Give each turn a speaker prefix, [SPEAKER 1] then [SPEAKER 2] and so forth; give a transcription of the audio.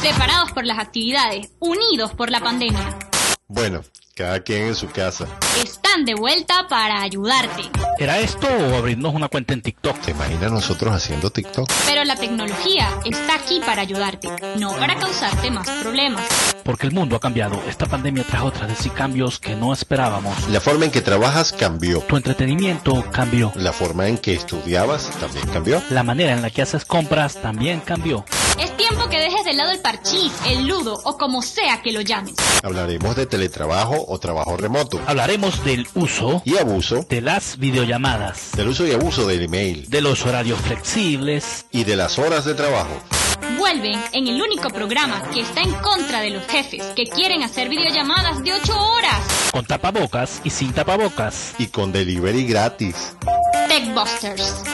[SPEAKER 1] Preparados por las actividades, unidos por la pandemia.
[SPEAKER 2] Bueno, cada quien en su casa.
[SPEAKER 1] Están de vuelta para ayudarte.
[SPEAKER 3] ¿Era esto o abrirnos una cuenta en TikTok?
[SPEAKER 2] ¿Te imaginas nosotros haciendo TikTok?
[SPEAKER 1] Pero la tecnología está aquí para ayudarte, no para causarte más problemas.
[SPEAKER 3] Porque el mundo ha cambiado. Esta pandemia trajo tras de sí cambios que no esperábamos.
[SPEAKER 2] La forma en que trabajas cambió.
[SPEAKER 3] Tu entretenimiento cambió.
[SPEAKER 2] La forma en que estudiabas también cambió.
[SPEAKER 3] La manera en la que haces compras también cambió.
[SPEAKER 1] Es tiempo que dejes de lado el parchís, el ludo o como sea que lo llames.
[SPEAKER 2] Hablaremos de teletrabajo o trabajo remoto,
[SPEAKER 3] Hablaremos del uso
[SPEAKER 2] y abuso,
[SPEAKER 3] de las videollamadas,
[SPEAKER 2] del uso y abuso del email
[SPEAKER 3] de los horarios flexibles.
[SPEAKER 2] y de las horas de trabajo.
[SPEAKER 1] Vuelven en el único programa que está en contra de los jefes que quieren hacer videollamadas de 8 horas.
[SPEAKER 3] Con tapabocas y sin tapabocas.
[SPEAKER 2] Y con delivery gratis.
[SPEAKER 1] Techbusters.